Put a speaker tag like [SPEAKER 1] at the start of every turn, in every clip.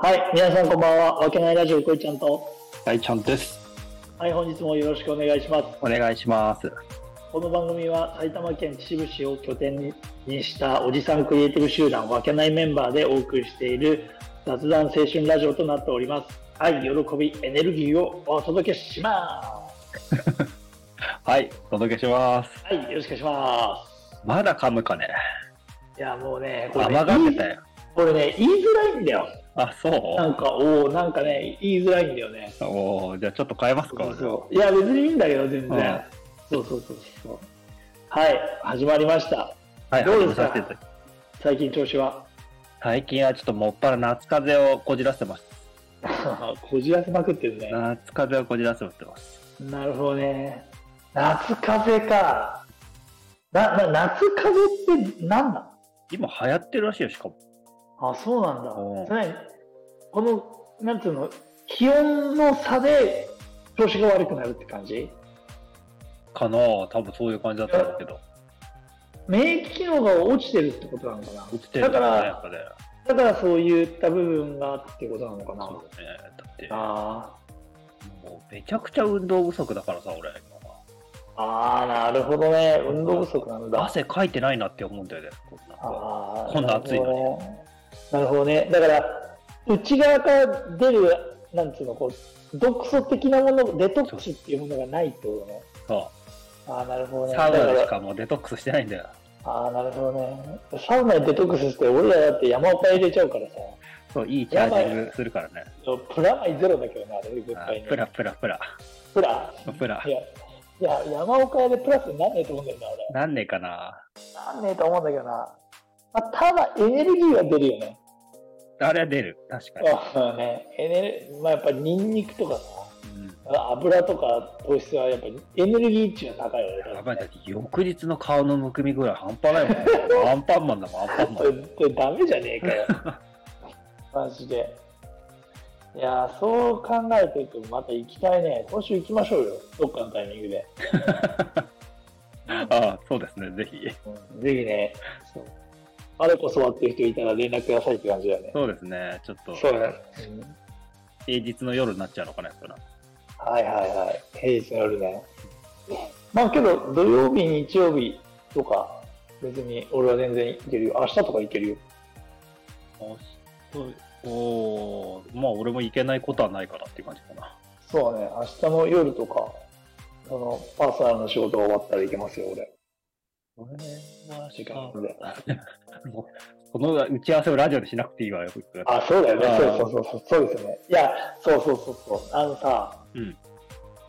[SPEAKER 1] はい、皆さんこんばんは。わけないラジオこいちゃんと。
[SPEAKER 2] 大ちゃんです。
[SPEAKER 1] はい、本日もよろしくお願いします。
[SPEAKER 2] お願いします。
[SPEAKER 1] この番組は埼玉県秩父市を拠点にしたおじさんクリエイティブ集団わけないメンバーでお送りしている雑談青春ラジオとなっております。愛、喜び、エネルギーをお届けしま
[SPEAKER 2] はい、お届けします。
[SPEAKER 1] す。はい、よろしくお願いします。
[SPEAKER 2] まだ噛むかね。
[SPEAKER 1] いや、もうね、これ
[SPEAKER 2] 甘
[SPEAKER 1] ね
[SPEAKER 2] がってたよ。
[SPEAKER 1] これね、言いづらいんだよ。
[SPEAKER 2] あ、そ
[SPEAKER 1] なんか、おおなんかね、言いづらいんだよね。
[SPEAKER 2] う。おーじゃあちょっと変えますか。
[SPEAKER 1] そういや、別にいいんだけど、全
[SPEAKER 2] うん
[SPEAKER 1] 然。そうそうそうそう。はい、始まりました。
[SPEAKER 2] はい、
[SPEAKER 1] どうです
[SPEAKER 2] 始
[SPEAKER 1] か
[SPEAKER 2] めさせていただき
[SPEAKER 1] 最近調子は。
[SPEAKER 2] 最近はちょっともっぱら夏風邪をこじらせてます。
[SPEAKER 1] こじらせまくってるね。
[SPEAKER 2] 夏風邪をこじらせてます。
[SPEAKER 1] なるほどね。夏風邪か。な、な、夏風邪って何な
[SPEAKER 2] 今流行ってるらしいよ、しかも。
[SPEAKER 1] のあ、そうなんだ。
[SPEAKER 2] うん
[SPEAKER 1] それこの、なんつうの、気温の差で調子が悪くなるって感じ
[SPEAKER 2] かなぁ。多分そういう感じだったんだけど。
[SPEAKER 1] 免疫機能が落ちてるってことなのかな
[SPEAKER 2] 映ってるんだ
[SPEAKER 1] だ
[SPEAKER 2] よ
[SPEAKER 1] から
[SPEAKER 2] ね、やっぱね。
[SPEAKER 1] だからそういった部分がってことなのかな
[SPEAKER 2] そうだね。だって、
[SPEAKER 1] あ
[SPEAKER 2] もうめちゃくちゃ運動不足だからさ、俺。
[SPEAKER 1] ーあー、なるほどね。運動不足なん
[SPEAKER 2] 今
[SPEAKER 1] だ。
[SPEAKER 2] 汗かいてないなって思うんだよね。こんな
[SPEAKER 1] あー
[SPEAKER 2] こんな暑いのに
[SPEAKER 1] なるほどね。だから、内側から出る、なんつうの、こう、毒素的なもの、デトックスっていうものがないってことね。
[SPEAKER 2] そ
[SPEAKER 1] ああ、なるほど
[SPEAKER 2] う。
[SPEAKER 1] ね。
[SPEAKER 2] サウナで
[SPEAKER 1] だ
[SPEAKER 2] し
[SPEAKER 1] から
[SPEAKER 2] かもうデトックスしてないんだよ。
[SPEAKER 1] ああ、なるほどね。サウナでデトックスして、俺らだって山岡入れちゃうからさ、
[SPEAKER 2] そう、いいチャージングするからね。
[SPEAKER 1] プラマイゼロだけどな、あれ絶
[SPEAKER 2] あ
[SPEAKER 1] 対に。
[SPEAKER 2] プラプラプラ。
[SPEAKER 1] プラ。
[SPEAKER 2] プラ
[SPEAKER 1] い。や、いや山岡屋でプラスになんねえと思うんだよな、
[SPEAKER 2] なんねえかな。
[SPEAKER 1] 俺。なんねえと思うんだけどな。まあ、ただ、エネルギーは出るよね。
[SPEAKER 2] あれは出る。確かに。
[SPEAKER 1] そうね。エネル、まあやっぱニンニクとかさ。
[SPEAKER 2] うん
[SPEAKER 1] 油とか糖質はやっぱりエネルギー値が高いよね。
[SPEAKER 2] やばい、だって翌日の顔のむくみぐらい半端ない もん。アンパンマンだもん、アンパンマ
[SPEAKER 1] こ
[SPEAKER 2] ン。
[SPEAKER 1] れこれダメじゃねえかよ。 マジで。いやーそう考えてるとまた行きたいね。今週行きましょうよ。どっかのタイミングで。
[SPEAKER 2] ああ、そうですね、ぜひ。
[SPEAKER 1] うんぜひね、そうあれこそはっていう人いたら連絡くださいって感じだよね。
[SPEAKER 2] そうですね、ちょっと、
[SPEAKER 1] そうね。
[SPEAKER 2] 平日の夜になっちゃうのかな、それは
[SPEAKER 1] はいはいはい。平日の夜ね。まあけど、土曜日、日曜日とか、別に俺は全然行けるよ。明日とか行けるよ。
[SPEAKER 2] おー、まあ俺も行けないことはないからっていう感じかな。
[SPEAKER 1] そうね、明日の夜とか、そのパーソナルの仕事が終わったら行けますよ、俺。
[SPEAKER 2] それは
[SPEAKER 1] 時間で。
[SPEAKER 2] この打ち合わせをラジオでしなくていいわよ、
[SPEAKER 1] あ、そうだよ
[SPEAKER 2] あ
[SPEAKER 1] ね。
[SPEAKER 2] ー
[SPEAKER 1] そうそうそうそう。そうですよね。いや、そうそうそうそう。あのさ、
[SPEAKER 2] うん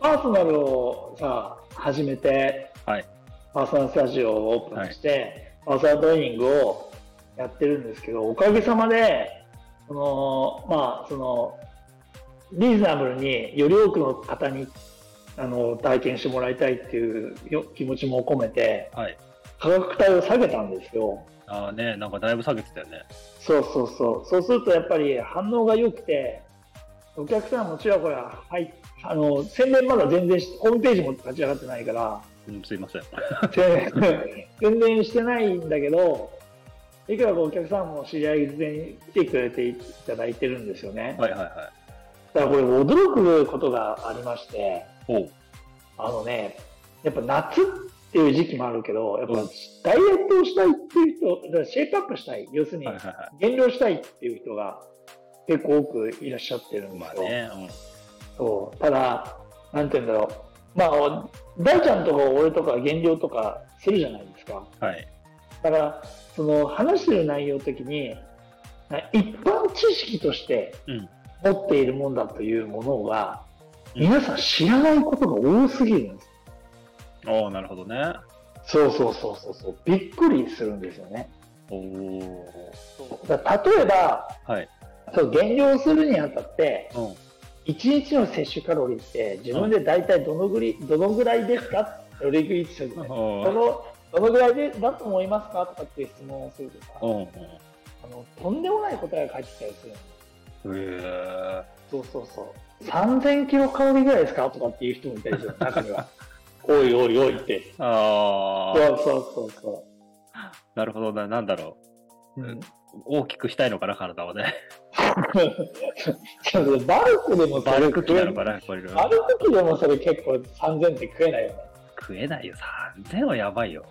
[SPEAKER 1] パーソナルをさ、始めて、
[SPEAKER 2] はい
[SPEAKER 1] パーソナルスタジオをオープンして、パーソナルトレーニングをやってるんですけど、おかげさまで、その、まあ、その、リーズナブルにより多くの方に、あの、体験してもらいたいっていうよ気持ちも込めて、
[SPEAKER 2] はい。
[SPEAKER 1] 価格帯を下げたんですよ。
[SPEAKER 2] ああね、なんかだいぶ下げてたよね。
[SPEAKER 1] そうそうそう。そうするとやっぱり反応が良くて、お客さんもちろんこれは、はい、あの、宣伝まだ全然し、ホームページも立ち上がってない から、
[SPEAKER 2] うん、すいません。
[SPEAKER 1] 宣伝宣伝してないんだけど、いくらかお客さんも知り合い全員来てくれていただいてるんですよね。
[SPEAKER 2] はいはいはい。
[SPEAKER 1] だからこれ驚くことがありまして、
[SPEAKER 2] おう。
[SPEAKER 1] あのね、やっぱ夏っていう時期もあるけど、やっぱ
[SPEAKER 2] うん
[SPEAKER 1] ダイエットをしたいっていう人、だからシェイプアップしたい、要するに
[SPEAKER 2] はいはいはい。
[SPEAKER 1] 減量したいっていう人が結構多くいらっしゃってるんで
[SPEAKER 2] ますあ
[SPEAKER 1] よ。
[SPEAKER 2] ね、
[SPEAKER 1] そうただ、なんて言うんだろう。まあ、大ちゃんとか俺とか減量とかするじゃないですか。
[SPEAKER 2] うん、はい。
[SPEAKER 1] だから、その話してる内容的に、な一般知識として
[SPEAKER 2] うん
[SPEAKER 1] 持っているもんだというものが、
[SPEAKER 2] うん
[SPEAKER 1] 皆さん知らないことが多すぎるんです。
[SPEAKER 2] おおなるほどね。
[SPEAKER 1] そうそうそうそうそう。びっくりするんですよね。
[SPEAKER 2] おお
[SPEAKER 1] だから例えば、
[SPEAKER 2] はい。
[SPEAKER 1] そう減量するにあたって、
[SPEAKER 2] うん。
[SPEAKER 1] 1日の摂取カロリーって自分で大体どのぐり、どのぐらいですかどれぐらいですよねど
[SPEAKER 2] お
[SPEAKER 1] のどのぐらいでだと思いますかとかっていう質問をするとさ
[SPEAKER 2] お
[SPEAKER 1] あのとんでもない答えが返ってきたりするの
[SPEAKER 2] うん。へ
[SPEAKER 1] そうそうそう3000キロカロリーぐらいですかとかっていう人もいたりするの中には おいおいおいって
[SPEAKER 2] え。あ
[SPEAKER 1] そう
[SPEAKER 2] あ、
[SPEAKER 1] そうそうそ
[SPEAKER 2] なるほどな、なんだろ
[SPEAKER 1] う、うん
[SPEAKER 2] う。大きくしたいのかな、体をね。
[SPEAKER 1] そうバルクでも
[SPEAKER 2] バルク機なの
[SPEAKER 1] バ
[SPEAKER 2] かな、やっぱり。
[SPEAKER 1] ルク機でもそれ結構3000って食えないよね。
[SPEAKER 2] 食えないよ、3000はやばいよ。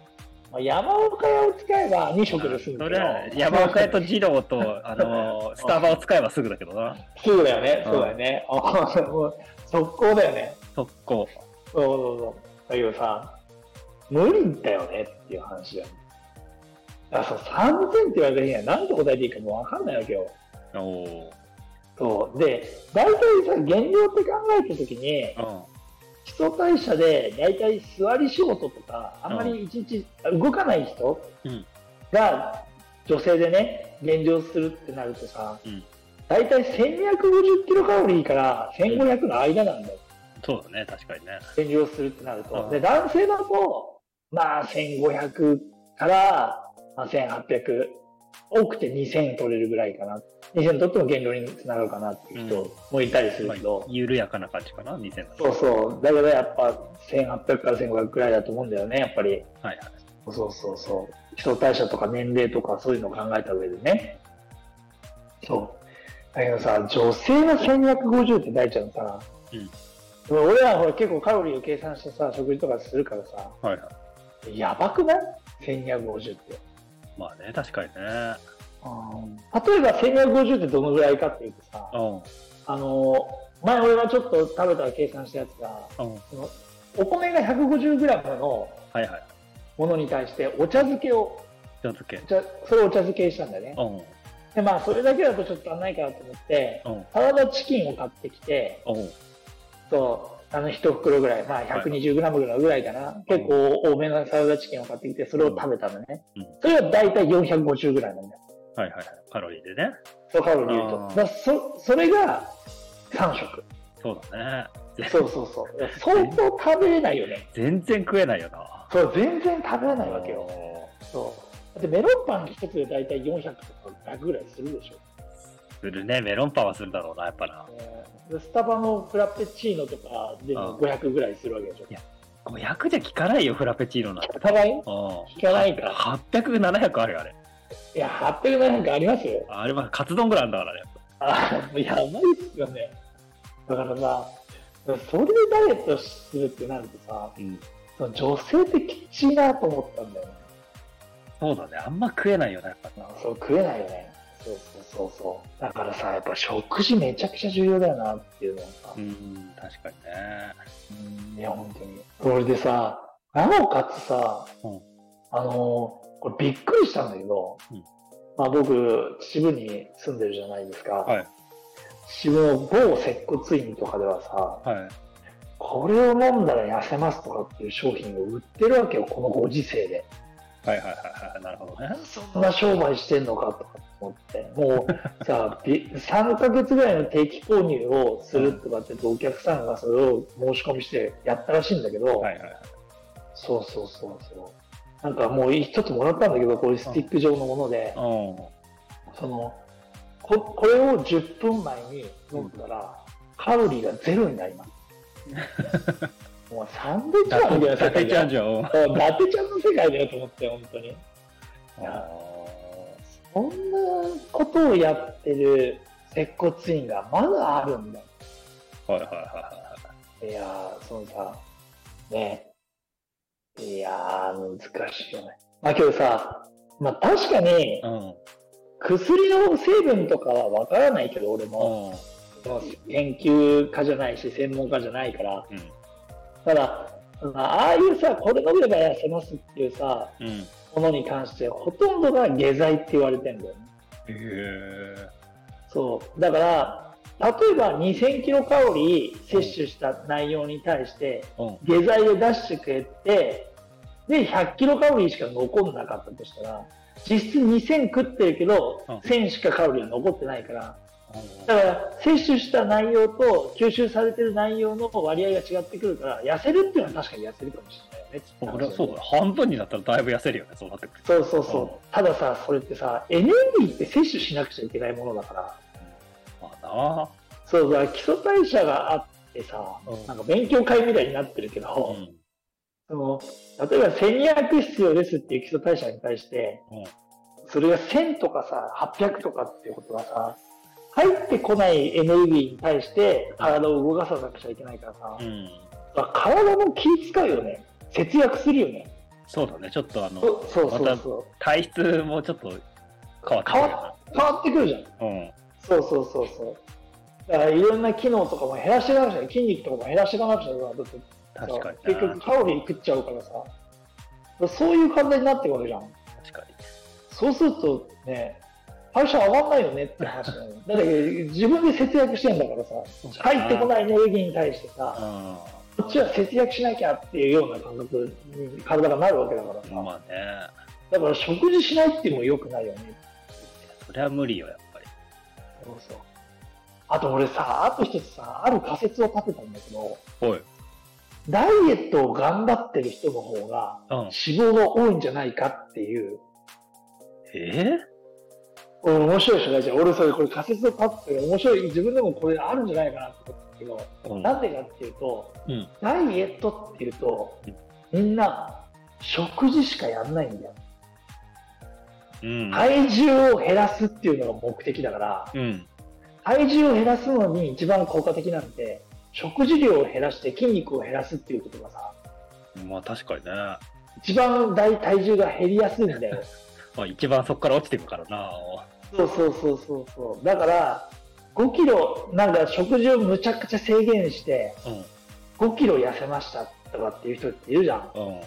[SPEAKER 1] まあ、山岡屋を使えば2食で済む
[SPEAKER 2] そ
[SPEAKER 1] け
[SPEAKER 2] れ
[SPEAKER 1] ど
[SPEAKER 2] は山岡屋と二郎と、あのースタバを使えばすぐだけどな。
[SPEAKER 1] すぐだよね、
[SPEAKER 2] うん
[SPEAKER 1] そうだよね。あもう速攻だよね。
[SPEAKER 2] 速攻。
[SPEAKER 1] そうそうそう。だけどさ、無理だよねっていう話だよね。だからさ、3000って言われた日には何て答えていいかもう分かんないわけよ。
[SPEAKER 2] おお
[SPEAKER 1] そう。で、大体さ、減量って考えた時に、
[SPEAKER 2] ー。
[SPEAKER 1] 基礎代謝で大体座り仕事とかあんまり一日動かない人
[SPEAKER 2] うん
[SPEAKER 1] が女性でね減量するってなるとさ、
[SPEAKER 2] うん
[SPEAKER 1] 大体1250キロカロリーから1500の間なんだよ
[SPEAKER 2] うん。そうだね、確かにね。
[SPEAKER 1] 減量するってなると、
[SPEAKER 2] うん
[SPEAKER 1] で男性だとまあ1500からまあ1800多くて2000取れるぐらいかな2000取っても減量につながるかなっていう人もいたりする
[SPEAKER 2] まあ
[SPEAKER 1] けど、
[SPEAKER 2] 緩やかな感じかな、2000だ
[SPEAKER 1] そ
[SPEAKER 2] と。
[SPEAKER 1] うそう。だけどやっぱ1800から1500くらいだと思うんだよね、やっぱり。
[SPEAKER 2] はいはい。
[SPEAKER 1] そうそうそう。基礎代謝とか年齢とかそういうのを考えた上でね。そう。だけどさ、女性の1250って大ちゃんさ、
[SPEAKER 2] うん
[SPEAKER 1] でも俺らほら結構カロリーを計算してさ、食事とかするからさ、
[SPEAKER 2] はいはい。
[SPEAKER 1] やばくない ?1250 って。
[SPEAKER 2] まあね、確かにね。
[SPEAKER 1] 例えば1250ってどのぐらいかっていうとさ、
[SPEAKER 2] う
[SPEAKER 1] あの、前俺がちょっと食べたら計算したやつが、
[SPEAKER 2] ん。うん。は
[SPEAKER 1] そのお米が 150g の
[SPEAKER 2] いはい。
[SPEAKER 1] ものに対してお茶漬けを
[SPEAKER 2] じゃあ、つけ
[SPEAKER 1] お。茶それをお茶漬けにしたんだよね
[SPEAKER 2] うん。うん。
[SPEAKER 1] でまあそれだけだとちょっと足んないかなと思ってサラダチキンを買ってきて
[SPEAKER 2] うん。
[SPEAKER 1] とあの1袋ぐらいまあ 120g ぐらいぐらいかな、結構多めなサラダチキンを買ってきてそれを食べたのね、
[SPEAKER 2] うん
[SPEAKER 1] それは大体 450g なんだよ
[SPEAKER 2] はいはいはい。カロリーでね。
[SPEAKER 1] そうカロリーで言うと
[SPEAKER 2] あー
[SPEAKER 1] だからそそれが3食
[SPEAKER 2] そうだね。
[SPEAKER 1] そうそうそういや相当食べれないよね
[SPEAKER 2] 全然食えないよな。
[SPEAKER 1] そう全然食べれないわけよ
[SPEAKER 2] よ。
[SPEAKER 1] そう。だってメロンパン一つで大体400とか100ぐらいするでしょ。
[SPEAKER 2] するね。メロンパンはするだろうな、やっぱな。
[SPEAKER 1] でスタバのフラペチーノとかでも500ぐらいするわけでしょ。
[SPEAKER 2] 500じゃ効かないよ、フラペチーノなんて。
[SPEAKER 1] お互いい
[SPEAKER 2] うん。
[SPEAKER 1] 効かないか。
[SPEAKER 2] 800、700あるよ、あれ。
[SPEAKER 1] いや、800なんかありますよ。
[SPEAKER 2] あれはカツ丼ぐらいあるんだからね。
[SPEAKER 1] あやばいっすよね。だからさ、それでダイエットするってなるとさ、
[SPEAKER 2] うん。
[SPEAKER 1] その女性ってきっちいなと思ったんだよね。
[SPEAKER 2] そうだね。あんま食えないよな、やっぱな。
[SPEAKER 1] そう食えないよね。そうそうそうそう。だからさ、やっぱ食事めちゃくちゃ重要だよなっていうのをさ、
[SPEAKER 2] うん、確かに
[SPEAKER 1] い
[SPEAKER 2] ね。
[SPEAKER 1] や、本当に。それでさ、なおかつさ、
[SPEAKER 2] うん
[SPEAKER 1] あのーこれびっくりしたんだけど、
[SPEAKER 2] うん
[SPEAKER 1] まあ、僕、秩父に住んでるじゃないですか。
[SPEAKER 2] はい
[SPEAKER 1] 秩父の某接骨院とかではさ、
[SPEAKER 2] はい。
[SPEAKER 1] これを飲んだら痩せますとかっていう商品を売ってるわけよ、このご時世で。
[SPEAKER 2] はいはいはいはい。なるほどね。
[SPEAKER 1] そんな商売してんのかとか思って、も うさ、び3ヶ月ぐらいの定期購入をするとかって言って、お客さんがそれを申し込みしてやったらしいんだけど、
[SPEAKER 2] はいはいはい。
[SPEAKER 1] そうそうそうそう。なんかもう一つもらったんだけど、こういうスティック状のもので、
[SPEAKER 2] う
[SPEAKER 1] そのこ、これを10分前に飲んだら、カロリーがゼロになり ます。もうサンドイッチマンみたい
[SPEAKER 2] ん。
[SPEAKER 1] な世
[SPEAKER 2] さ
[SPEAKER 1] 界
[SPEAKER 2] てちゃん
[SPEAKER 1] だよ。
[SPEAKER 2] じゃん。う
[SPEAKER 1] も
[SPEAKER 2] ん
[SPEAKER 1] う伊達ちゃんの世界だよと思って、本当に。こんなことをやってる接骨院がまだあるんだよ。
[SPEAKER 2] はいはいはい
[SPEAKER 1] やー、そのさ、ねいやー、難しいよね。まあけどさ、まあ確かに
[SPEAKER 2] い。、うん。
[SPEAKER 1] 薬の成分とかはわからないけど、俺も、
[SPEAKER 2] うん。
[SPEAKER 1] 研究家じゃないし、専門家じゃないから。
[SPEAKER 2] うん。
[SPEAKER 1] ただ、まあああいうさ、これ飲めば痩せますっていうさ、
[SPEAKER 2] うん。
[SPEAKER 1] ものに関して、ほとんどが下剤って言われてんだよね。
[SPEAKER 2] へえ。
[SPEAKER 1] そう。だから、例えば2000キロカロリー摂取した内容に対して、
[SPEAKER 2] うん。
[SPEAKER 1] 下剤で出してくれて、で、100キロカロリーしか残んなかったとしたら、実質2000食ってるけど
[SPEAKER 2] うん、
[SPEAKER 1] 1000しかカロリーが残ってないから、だから摂取した内容と吸収されてる内容の割合が違ってくるから痩せるっていうのは確かに痩せるかもしれないよねきっと
[SPEAKER 2] 俺はそうだよ。半分になったらだいぶ痩せるよね、そうなってくると。
[SPEAKER 1] そうそう
[SPEAKER 2] うん
[SPEAKER 1] そうたださそれってさエネルギーって摂取しなくちゃいけないものだから
[SPEAKER 2] まあ
[SPEAKER 1] そうだ基礎代謝があってさ
[SPEAKER 2] うん
[SPEAKER 1] なんか勉強会みたいになってるけ
[SPEAKER 2] な。
[SPEAKER 1] ど、
[SPEAKER 2] ん。
[SPEAKER 1] その例えば1200必要ですっていう基礎代謝に対して
[SPEAKER 2] うん。
[SPEAKER 1] それが1000とかさ800とかっていうことはさ入ってこないエネルギーに対して体を動かさなくちゃいけないからさ、
[SPEAKER 2] うん。
[SPEAKER 1] あ体も気使うよね節約するよね
[SPEAKER 2] そうだね。ちょっとあの、
[SPEAKER 1] そそうそうそう
[SPEAKER 2] 体質もちょっと変わってくる
[SPEAKER 1] 変
[SPEAKER 2] よ
[SPEAKER 1] わ変わってくるじゃん
[SPEAKER 2] ね。
[SPEAKER 1] そうそうそうそうだからいろんな機能とかも減らしていかなくちゃ筋肉とかも減らしていかなくちゃだって
[SPEAKER 2] うん。確かに
[SPEAKER 1] 結
[SPEAKER 2] な
[SPEAKER 1] 局。カロリー食っちゃうからさそういう体になっていくわけじゃん
[SPEAKER 2] 確かに。
[SPEAKER 1] そうするとね代謝上がんないよねって話だよ ねだって自分で節約してんだから
[SPEAKER 2] う
[SPEAKER 1] さ
[SPEAKER 2] だな
[SPEAKER 1] 入ってこないエネルギーに対してさ
[SPEAKER 2] う
[SPEAKER 1] こっちは節約しなきゃっていうような感覚に体がなるわけだからさ、
[SPEAKER 2] ん。まあね。
[SPEAKER 1] だから食事しないっていうのも良くないよね
[SPEAKER 2] それは無理よ、やっぱり。
[SPEAKER 1] そうそうあと俺さあと一つさある仮説を立てたんだけど
[SPEAKER 2] おい。
[SPEAKER 1] ダイエットを頑張ってる人の方が
[SPEAKER 2] うん。
[SPEAKER 1] 脂肪が多いんじゃないかっていう
[SPEAKER 2] え
[SPEAKER 1] 俺面白い人がいじゃん俺それこれ仮説を立てて面白い自分でもこれあるんじゃないかなって思ったけど
[SPEAKER 2] ーうん。
[SPEAKER 1] なんでかっていうと
[SPEAKER 2] うん。
[SPEAKER 1] ダイエットっていうとみんな食事しかやんないんだよ
[SPEAKER 2] うん。
[SPEAKER 1] 体重を減らすっていうのが目的だから
[SPEAKER 2] うん。
[SPEAKER 1] 体重を減らすのに一番効果的なんで食事量を減らして筋肉を減らすっていうことがさ
[SPEAKER 2] まあ確かにね。ま
[SPEAKER 1] 一番大体重が減りやすいんだよ
[SPEAKER 2] あ一番そこから落ちていくからな。
[SPEAKER 1] そうそうそうそうそうだから5キロなんか食事をむちゃくちゃ制限して
[SPEAKER 2] う
[SPEAKER 1] 5キロ痩せましたとかっていう人っているじゃん
[SPEAKER 2] ん。うん。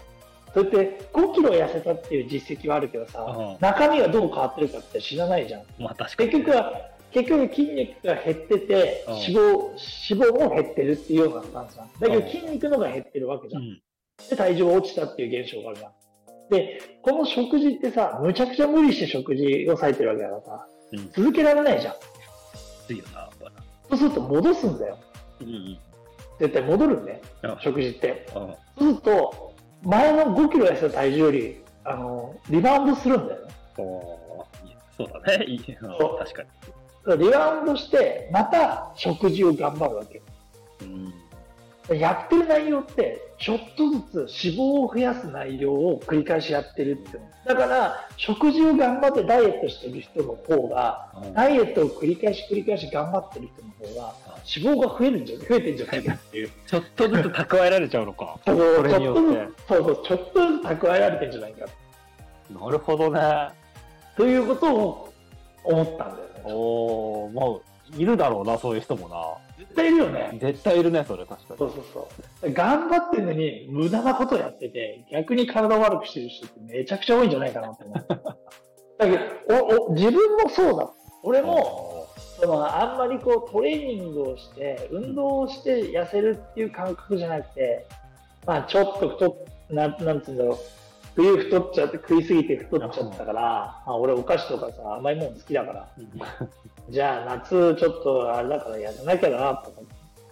[SPEAKER 1] それって5キロ痩せたっていう実績はあるけどさ、
[SPEAKER 2] うん
[SPEAKER 1] 中身がどう変わってるかって知らないじゃん
[SPEAKER 2] まあ確かに。
[SPEAKER 1] 結局は結局筋肉が減ってて
[SPEAKER 2] うん
[SPEAKER 1] 脂肪脂肪も減ってるっていうようなスタンスなんだけ
[SPEAKER 2] う
[SPEAKER 1] ど
[SPEAKER 2] ん
[SPEAKER 1] 筋肉のが減ってるわけじ
[SPEAKER 2] う
[SPEAKER 1] ゃん
[SPEAKER 2] ん。
[SPEAKER 1] で体重が落ちたっていう現象があるじゃんでこの食事ってさむちゃくちゃ無理して食事を割いてるわけだからさ
[SPEAKER 2] うん。き
[SPEAKER 1] 続けられないじゃん
[SPEAKER 2] ついよな、やっぱな
[SPEAKER 1] そうすると戻すんだよ
[SPEAKER 2] うんうん。
[SPEAKER 1] 絶対戻るんだよ
[SPEAKER 2] あ
[SPEAKER 1] 食事って
[SPEAKER 2] うん。
[SPEAKER 1] そうすると前の5キロ痩せた体重よりあのリバウンドするんだよね
[SPEAKER 2] おーいいそうだね。い いうん
[SPEAKER 1] そう
[SPEAKER 2] 確か
[SPEAKER 1] リバウンドしてまた食事を頑張るわけ
[SPEAKER 2] に。うん。
[SPEAKER 1] やってる内容って、ちょっとずつ脂肪を増やす内容を繰り返しやってるっていうの。だから、食事を頑張ってダイエットしてる人の方が、
[SPEAKER 2] うん
[SPEAKER 1] ダイエットを繰り返し繰り返し頑張ってる人の方が、脂肪が増えるんじゃ増えてんじゃないかっていう。
[SPEAKER 2] ちょっとずつ蓄えられちゃうのか。
[SPEAKER 1] そ
[SPEAKER 2] それによって
[SPEAKER 1] そうそう、ちょっとずつ蓄えられてんじゃないか。
[SPEAKER 2] なるほどね。
[SPEAKER 1] ということを思ったんだよね。
[SPEAKER 3] おお、まあ、いるだろうな、そういう人も
[SPEAKER 1] 絶対いるよ
[SPEAKER 3] な。
[SPEAKER 1] ね。
[SPEAKER 3] 絶対いるね、それ、確か
[SPEAKER 1] そうそうそう。頑張ってるのに、無駄なことやってて、逆に体を悪くしてる人ってめちゃくちゃ多いんじゃないかなって 思う。だけど、おお自分もそうだ。俺
[SPEAKER 3] に。
[SPEAKER 1] も、そのあんまりこうトレーニングをして、運動をして痩せるっていう感覚じゃなくて、まあちょっと太っ、なん、なんつうんだろう。冬太っちゃって、食いすぎて太っちゃったから、まあ俺お菓子とかさ、甘いもの好きだから、じゃあ夏ちょっとあれだからやらなきゃな、とか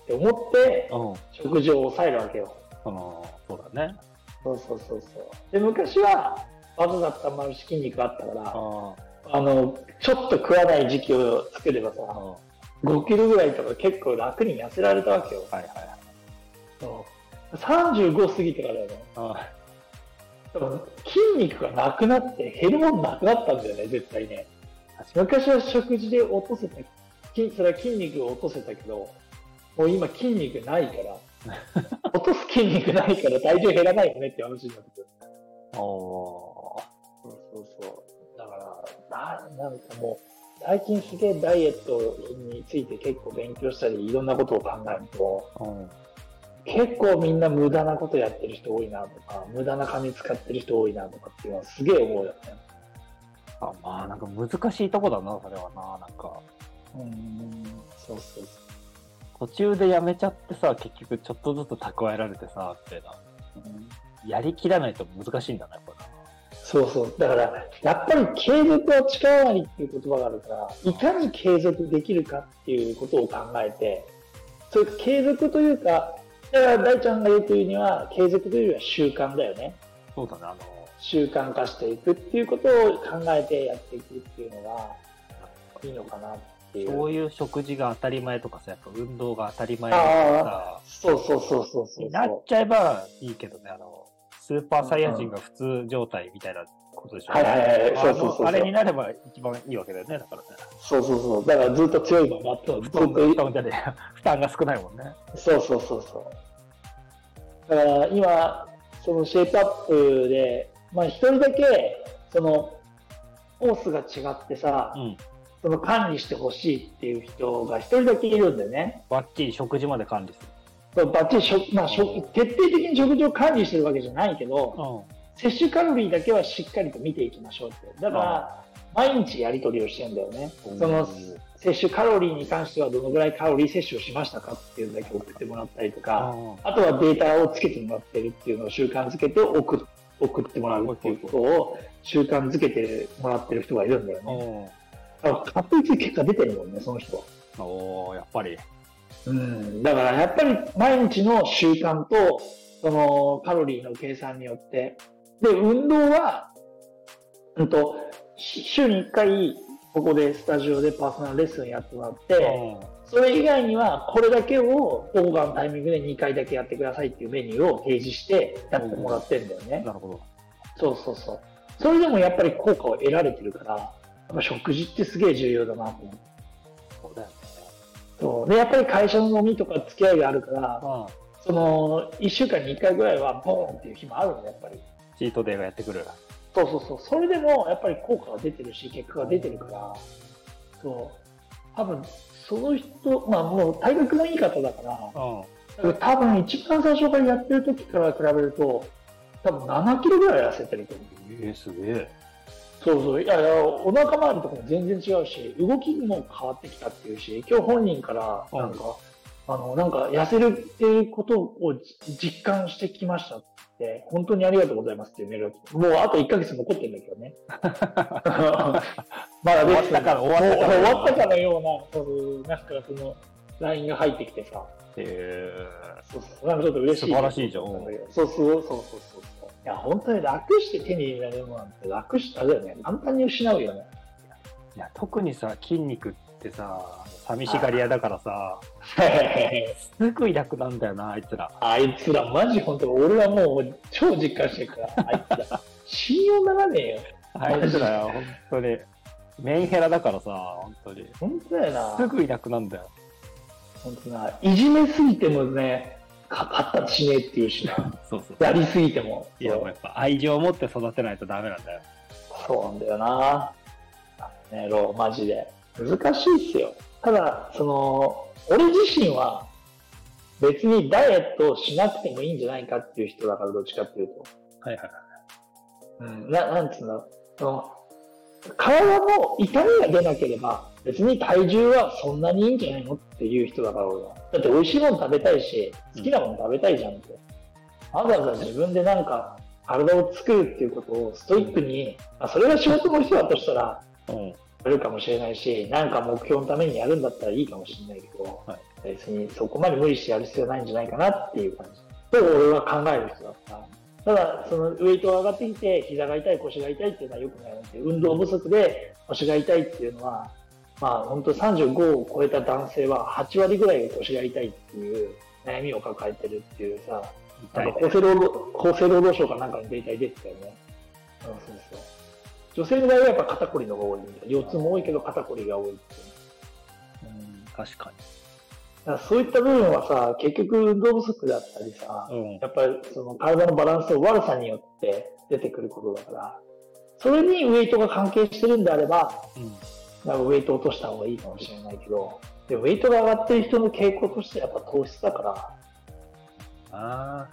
[SPEAKER 1] って思って、
[SPEAKER 3] うん。うん。
[SPEAKER 1] 食事を抑えるわけよ。
[SPEAKER 3] そうだね。
[SPEAKER 1] そうそうそうそう。で、昔は、若かったまるし筋肉あったから、
[SPEAKER 3] あ
[SPEAKER 1] あの、ちょっと食わない時期を作ればさ、
[SPEAKER 3] あ。うん。は
[SPEAKER 1] 5キロぐらいとか結構楽に痩せられたわけよ。
[SPEAKER 3] いはいはい。
[SPEAKER 1] そう35過ぎてからだよね。
[SPEAKER 3] あ
[SPEAKER 1] 多分筋肉がなくなって、減るもんなくなったんだよね、絶対ね。昔は食事で落とせた、筋それは筋肉を落とせたけど、もう今筋肉ない から、落とす筋肉ないから体重減らないよねって話になってくる。
[SPEAKER 3] あ。おー
[SPEAKER 1] そうそうそう。だから、ななんかもう、最近すげえダイエットについて結構勉強したり、いろんなことを考えると、
[SPEAKER 3] うん。
[SPEAKER 1] 結構みんな無駄なことやってる人多いなとか、無駄な金使ってる人多いなとかっていうのはすげえ思うよね。
[SPEAKER 3] あまあ、なんか難しいとこだな、それはな。なんか、
[SPEAKER 1] うん、そうそうそ
[SPEAKER 3] 途中でやめちゃってさ、結局ちょっとずつ蓄えられてさ、みたいな。
[SPEAKER 1] う。
[SPEAKER 3] やりきらないと難しいんだな、これな。
[SPEAKER 1] そうそう。だから、やっぱり継続は力なりっていう言葉があるから、いかに継続できるかっていうことを考えて、それ継続というか、だから大ちゃんが言うというには、継続というよりは習慣だよね。
[SPEAKER 3] そうだね、あの、
[SPEAKER 1] 習慣化していくっていうことを考えてやっていくっていうのが、いいのかなっていう。
[SPEAKER 3] そういう食事が当たり前とかさ、やっぱ運動が当たり前とか
[SPEAKER 1] あ
[SPEAKER 3] さ、
[SPEAKER 1] あ、そうそうそうそうそう
[SPEAKER 3] になっちゃえばいいけどね、あの、スーパーサイヤ人が普通状態みたいなことでしょ
[SPEAKER 1] はいはいはいそうそうそうそう
[SPEAKER 3] あのあれになれば一番いいわけだよね、だからね。
[SPEAKER 1] そうそうそう。だからずっと強いままずっ
[SPEAKER 3] 負担
[SPEAKER 1] とい
[SPEAKER 3] がじゃねえや負担が少ないもんね。
[SPEAKER 1] そうそうそうそう。だから今、そのシェイプアップで、まあ一人だけ、その、コースが違ってさ、
[SPEAKER 3] うん。
[SPEAKER 1] その管理してほしいっていう人が一人だけいるんだよね。
[SPEAKER 3] ばっちり食事まで管理する。
[SPEAKER 1] そのバッチリ食、まあ食、徹底的に食事を管理してるわけじゃないけど、
[SPEAKER 3] う
[SPEAKER 1] 摂取カロリーだけはしっかりと見ていきましょうって。だから、毎日やり取りをしてんだよね。
[SPEAKER 3] ん。
[SPEAKER 1] その摂取カロリーに関してはどのぐらいカロリー摂取をしましたかっていうのだけ送ってもらったりとか、あとはデータをつけてもらってるっていうのを習慣づけて送送ってもらうっていうことを習慣づけてもらってる人がいるんだよ
[SPEAKER 3] うん。
[SPEAKER 1] ね。
[SPEAKER 3] うん。
[SPEAKER 1] だから確実に結果出てるもんね、その人は。
[SPEAKER 3] おおやっぱり。
[SPEAKER 1] うん、だからやっぱり毎日の習慣とそのカロリーの計算によってで運動は、うん、とし週に1回ここでスタジオでパーソナルレッスンやってもらってそれ以外にはこれだけをオーバーのタイミングで2回だけやってくださいっていうメニューを提示してやってもらってるんだよ
[SPEAKER 3] うん
[SPEAKER 1] ね
[SPEAKER 3] なるほど。
[SPEAKER 1] そうそうそうそれでもやっぱり効果を得られてるからやっぱ食事ってすげえ重要だなと思って
[SPEAKER 3] そうだよね。
[SPEAKER 1] そうでやっぱり会社の飲みとか付き合いがあるから
[SPEAKER 3] う
[SPEAKER 1] その1週間に1回ぐらいはボーンっていう日もあるんだやっぱり
[SPEAKER 3] ん。チートデーがやってくる。
[SPEAKER 1] そうそうそうそれでもやっぱり効果が出てるし結果が出てるからそう多分その人まあもう体格のいい方だから
[SPEAKER 3] うん。
[SPEAKER 1] だから多分一番最初からやってる時から比べると多分7キロぐらい痩せてると思う
[SPEAKER 3] ええすげえ。
[SPEAKER 1] そうそういやいやお腹周りとかも全然違うし動きも変わってきたっていうし今日本人からなんか、あのなんか痩せるっていうことをじ実感してきましたって本当にありがとうございますっていうメールが来てもうあと1ヶ月残ってるんだけどね まだ
[SPEAKER 3] 終
[SPEAKER 1] で
[SPEAKER 3] わ
[SPEAKER 1] き
[SPEAKER 3] ってた
[SPEAKER 1] ない
[SPEAKER 3] から、終
[SPEAKER 1] も
[SPEAKER 3] わ
[SPEAKER 1] う
[SPEAKER 3] ったから。
[SPEAKER 1] 終わったかのようなそうなんかその LINE が入ってきてさ
[SPEAKER 3] へえ
[SPEAKER 1] そうそうなんかちょっと嬉しい
[SPEAKER 3] 素晴らしいじゃん。
[SPEAKER 1] そうそうそうそうそうそういや本当に楽して手に入れられるものなんて楽しあれだよね簡単に失うよね
[SPEAKER 3] いや特にさ筋肉ってさ寂しがり屋だからさすぐいなくなんだよなあいつら
[SPEAKER 1] あいつら、マジ本当、俺はもう超実感してるから、あいつら。信用ならねえよ。
[SPEAKER 3] あいつらよ本当にメンヘラだからさ本当に
[SPEAKER 1] 本当だよ
[SPEAKER 3] す
[SPEAKER 1] な。
[SPEAKER 3] ぐいなくなんだよ
[SPEAKER 1] 本当な。いじめすぎてもね、か発達しねえっていうしな。
[SPEAKER 3] そうそう
[SPEAKER 1] やりすぎても。
[SPEAKER 3] いやもうやっぱ愛情を持って育てないとダメなんだよ
[SPEAKER 1] そうなんだよな。ねロー、マジで。難しいっすよ。ただ、その、俺自身は、別にダイエットをしなくてもいいんじゃないかっていう人だから、どっちかっていうと。
[SPEAKER 3] はいはい
[SPEAKER 1] うん、ななんつうんだろうその体の痛みが出なければ別に体重はそんなにいいんじゃないのっていう人だから俺はだって美味しいもの食べたいし好きなもの食べたいじゃんって、わざわざ自分でなんか体を作るっていうことをストイックに、まあ、それが仕事の人だとしたら
[SPEAKER 3] うん
[SPEAKER 1] やるかもしれないしなんか目標のためにやるんだったらいいかもしれないけど、
[SPEAKER 3] は
[SPEAKER 1] 別にそこまで無理してやる必要ないんじゃないかなっていう感じと俺は考える人だったただそのウェイトが上がってきて膝が痛い腰が痛いっていうのはよくないので運動不足で腰が痛いっていうのはまあ本当35を超えた男性は8割ぐらいが腰が痛いっていう悩みを抱えてるっていうさ
[SPEAKER 3] 痛
[SPEAKER 1] ないん
[SPEAKER 3] ね
[SPEAKER 1] か厚生労働厚生労働省かなんかのデータに出てたよね。うん、そうそう。女性の場合はやっぱ肩こりの方が多いみたい。腰痛も多いけど肩こりが多いっていう。うん、だ
[SPEAKER 3] 確か
[SPEAKER 1] からそういった部分はさ、結局運動不足だったりさ、
[SPEAKER 3] にうん
[SPEAKER 1] やっぱりその体のバランスの悪さによって出てくることだから、それにウェイトが関係してるんであれば、
[SPEAKER 3] うん
[SPEAKER 1] なんかウェイト落とした方がいいかもしれないけど、でウェイトが上がってる人の傾向としてはやっぱ糖質だから、
[SPEAKER 3] あ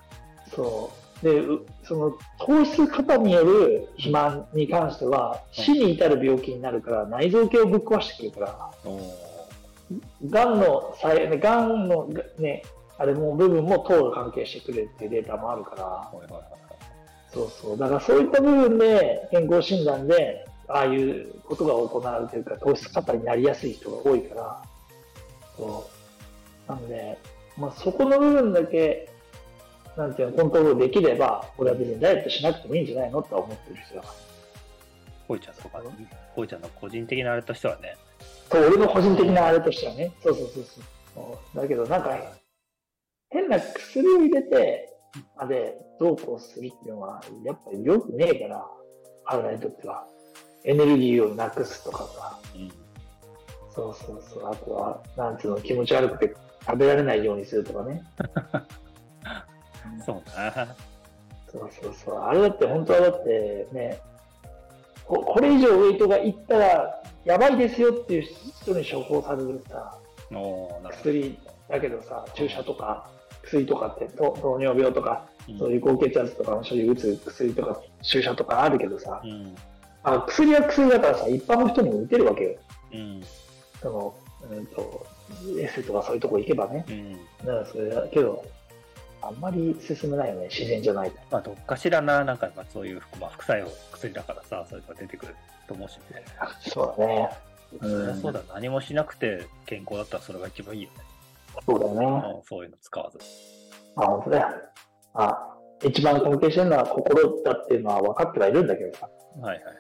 [SPEAKER 1] そう。で、うその糖質過多による肥満に関しては、死に至る病気になるから、内臓系をぶっ壊してくるから、
[SPEAKER 3] あおー
[SPEAKER 1] がんの細、がんのね、あれも部分も糖が関係してくれるっていうデータもあるから、
[SPEAKER 3] はいはいはい
[SPEAKER 1] そうそう。だからそういった部分で、健康診断で、ああいうことが行われてるから、糖質過多になりやすい人が多いから、そう。なので、まあそこの部分だけ、なんていうの、コントロールできれば、俺は別にダイエットしなくてもいいんじゃないのとは思ってる人だか
[SPEAKER 2] こいちゃんとかね、こいちゃんの個人的なあれとしてはね、
[SPEAKER 1] ら。そう、俺の個人的なあれとしてはね。そうそうそうそうそう。だけど、なんか、変な薬を入れて、あれ、どうこうするっていうのは、やっぱり良くねえから、あるなにとっては。エネルギーをなくすとかさ、
[SPEAKER 2] うん
[SPEAKER 1] そうそうそう、あとは、なんつうの、気持ち悪くて食べられないようにするとかね。
[SPEAKER 2] そうな。
[SPEAKER 1] そうそうそう。あれだって、本当はだってね、ここれ以上ウェイトがいったら、やばいですよっていう人に処方されるさ、
[SPEAKER 2] おーなるほど。
[SPEAKER 1] 薬だけどさ、注射とか、薬とかって、と糖尿病とか、そういう高血圧とかの処理打つ薬とか、注射とかあるけどさ、
[SPEAKER 2] うん。
[SPEAKER 1] あ薬は薬だからさ、一般の人にも打てるわけよ。
[SPEAKER 2] うん。
[SPEAKER 1] その、うんと、エステとかそういうとこ行けばね。
[SPEAKER 2] うん。
[SPEAKER 1] だからそれだけど、あんまり進めないよね、自然じゃないと。
[SPEAKER 2] まあ、どっかしらな、なんか、まあ、そういう、まあ、副作用、薬だからさ、そういうのが出てくると思うしね。
[SPEAKER 1] そうだね。
[SPEAKER 2] そりゃそうだ、何もしなくて健康だったらそれが一番いいよね。
[SPEAKER 1] そうだね。
[SPEAKER 2] うんそういうの使わず。
[SPEAKER 1] あ、本当だよ。あ、一番関係してるのは心だっていうのは分かってはいるんだけどさ。
[SPEAKER 2] はいはいは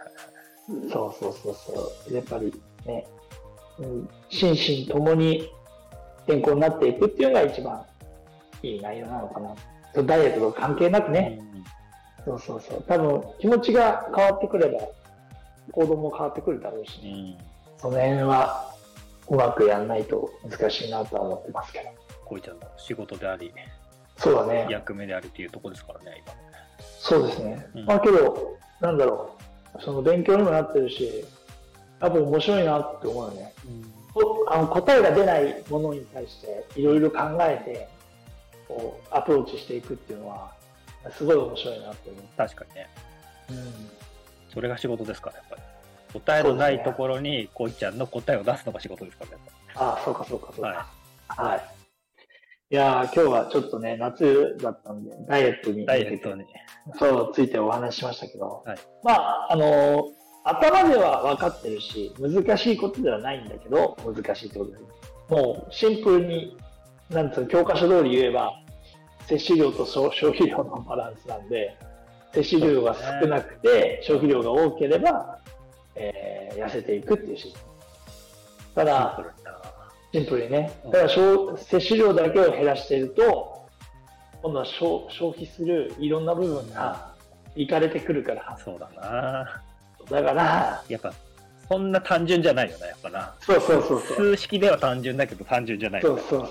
[SPEAKER 2] い。
[SPEAKER 1] そうそうそうそう。やっぱりね、うん、心身ともに健康になっていくっていうのが一番いい内容なのかな。そうダイエットと関係なくね。
[SPEAKER 2] うん
[SPEAKER 1] そうそうそう。多分、気持ちが変わってくれば、行動も変わってくるだろうし、ね、
[SPEAKER 2] うん。
[SPEAKER 1] その辺は、うまくやんないと難しいなとは思ってますけど。
[SPEAKER 2] こいちゃんの仕事であり、
[SPEAKER 1] そうだね。
[SPEAKER 2] 役目でありっていうところですからね、今。
[SPEAKER 1] そうですね。
[SPEAKER 2] うん
[SPEAKER 1] まあけど、なんだろう。その勉強にもなってるし、多分面白いなって思うよね。おあの答えが出ないものに対して、いろいろ考えて、こう、アプローチしていくっていうのは、すごい面白いなって思う。
[SPEAKER 2] 確かにね、
[SPEAKER 1] うん
[SPEAKER 2] それが仕事ですから、やっぱり。答えのないところに、こいちゃんの答えを出すのが仕事ですからね。
[SPEAKER 1] ああ、そうかそうかそうか。はい。い、やー今日はちょっとね、夏だったんで、ダイエットに
[SPEAKER 2] ダイエットに。
[SPEAKER 1] そう、ついてお話ししましたけど、
[SPEAKER 2] はい
[SPEAKER 1] まあ、あのー頭では分かってるし、難しいことではないんだけど、難しいってことです。もう、シンプルに、なんつうの、教科書通り言えば、摂取量と消消費量のバランスなんで、摂取量が少なくて、消費量が多ければ、えー痩せていくっていうシステム。ただ、
[SPEAKER 2] シンプル
[SPEAKER 1] シンプル
[SPEAKER 2] にな
[SPEAKER 1] にね
[SPEAKER 2] うん。
[SPEAKER 1] だから消摂取量だけを減らしていると、今度は消消費するいろんな部分がいかれてくるから。
[SPEAKER 2] そうだな。
[SPEAKER 1] だから、
[SPEAKER 2] やっぱ、そんな単純じゃないよね、やっぱな。
[SPEAKER 1] そうそうそうそう。
[SPEAKER 2] 数式では単純だけど、単純じゃない
[SPEAKER 1] そ
[SPEAKER 2] よ
[SPEAKER 1] う
[SPEAKER 2] ね。
[SPEAKER 1] そう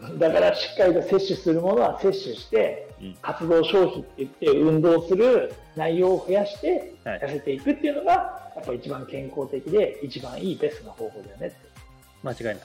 [SPEAKER 1] そう。だからしっかりと摂取するものは摂取して、
[SPEAKER 2] うん
[SPEAKER 1] 活動消費って言って運動する内容を増やして
[SPEAKER 2] はい
[SPEAKER 1] 痩せていくっていうのが、やっぱ一番健康的で一番いいベストな方法だよねって。
[SPEAKER 2] 間違いない。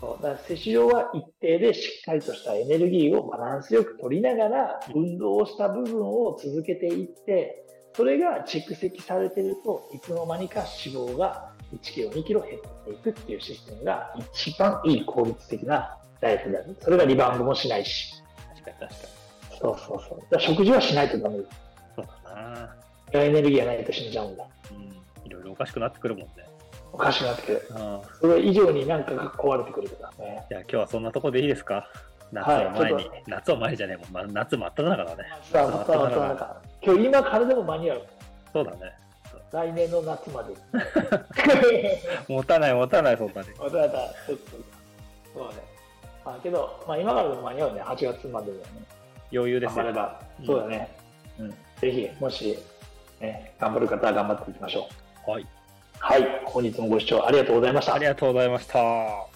[SPEAKER 1] そうだから摂取量は一定でしっかりとしたエネルギーをバランスよく取りながら運動をした部分を続けていってそれが蓄積されてるといつの間にか脂肪が1キロ2キロ減っていくっていうシステムが一番いい効率的なダイエットであるそれがリバウンドもしないし
[SPEAKER 2] 確かに確かに。
[SPEAKER 1] そうそうそうだから食事はしないとダメだ
[SPEAKER 2] そうだな。
[SPEAKER 1] エネルギーがないと死んじゃうんだ
[SPEAKER 2] うん。いろいろおかしくなってくるもんね。
[SPEAKER 1] おかしくなってくる
[SPEAKER 2] うん。じゃあ
[SPEAKER 1] それ以上になんかが壊れてくるからね
[SPEAKER 2] 今日はそんなとこでいいですか夏を前
[SPEAKER 1] はい
[SPEAKER 2] に
[SPEAKER 1] ちょっ。
[SPEAKER 2] 夏を前じゃねえもん。ま夏真っ只中だね。
[SPEAKER 1] さあまたまたなんか今日今からでも間に合う
[SPEAKER 2] そうだね。
[SPEAKER 1] 来年の夏 まで。
[SPEAKER 2] 持たない持たない、そんなに。
[SPEAKER 1] わざわざ、ちょっと。そうね。まあ、けど、まあ、今からでも間に合うね。8月までだよね。
[SPEAKER 2] 余裕で
[SPEAKER 1] 頑
[SPEAKER 2] す
[SPEAKER 1] 張れ
[SPEAKER 2] よ。
[SPEAKER 1] ば。
[SPEAKER 2] うん
[SPEAKER 1] そうだね。うん。ぜひ、もし、ね、頑張る方は頑張っていきましょう。
[SPEAKER 2] はい。
[SPEAKER 1] はい。本日もご視聴ありがとうございました
[SPEAKER 2] あり。がとうございました。